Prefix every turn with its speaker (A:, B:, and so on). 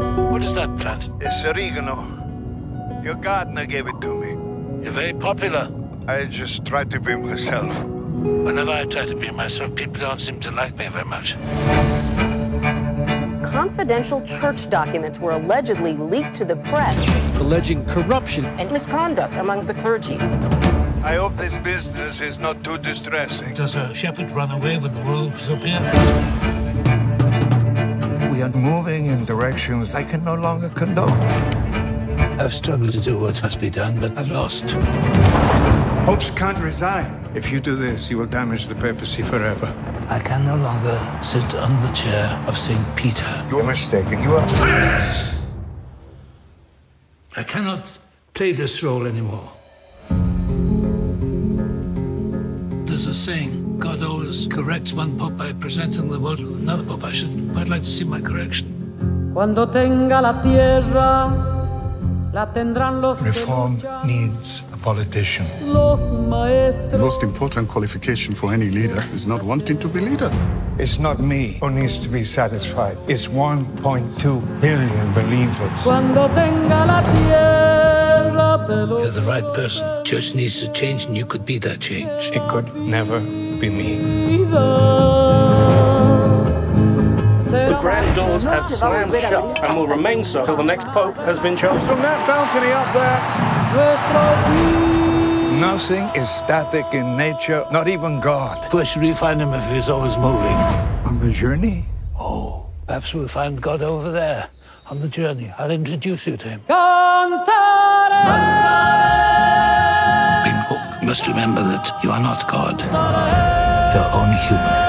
A: that plant?
B: It's oregano. Your gardener gave it to me.
A: You're very popular.
B: I just try to be myself.
A: Whenever I try to be myself, people don't seem to like me very much.
C: Confidential church documents were allegedly leaked to the press
D: alleging corruption
C: and misconduct among the clergy.
B: I hope this business is not too distressing.
A: Does a shepherd run away with the wolves up here?
B: We are moving in directions I can no longer condone.
A: I've struggled to do what must be done, but I've lost.
B: Popes can't resign. If you do this, you will damage the papacy forever.
A: I can no longer sit on the chair of St. Peter.
B: You're mistaken. You are.
A: I cannot play this role anymore. There's a saying God always corrects one pope by presenting the world with another pope. I should quite like to see my correction.
E: Cuando tenga la tierra, la tendrán los que
B: Reform
E: luchan,
B: needs a politician.
E: los
F: The
E: maestros.
F: most important qualification for any leader is not wanting to be leader.
B: It's not me who needs to be satisfied. It's 1.2 billion believers.
E: Cuando tenga la tierra, te lo
A: You're the right person. Church needs to change, and you could be that change.
B: It could never be me.
E: será
G: The grand doors have
C: Most of our
G: slammed
C: widows-
G: shut and will remain so till the next pope has been chosen.
B: From that balcony up there.
E: nuestro día.
B: Nothing is static in nature, not even God.
A: Where should we find him if he's always moving?
B: On the journey?
A: Oh, perhaps we'll find God over there on the journey. I'll introduce you to him.
E: Cantaré.
A: Being hope, you must remember that you are not God. You're only human.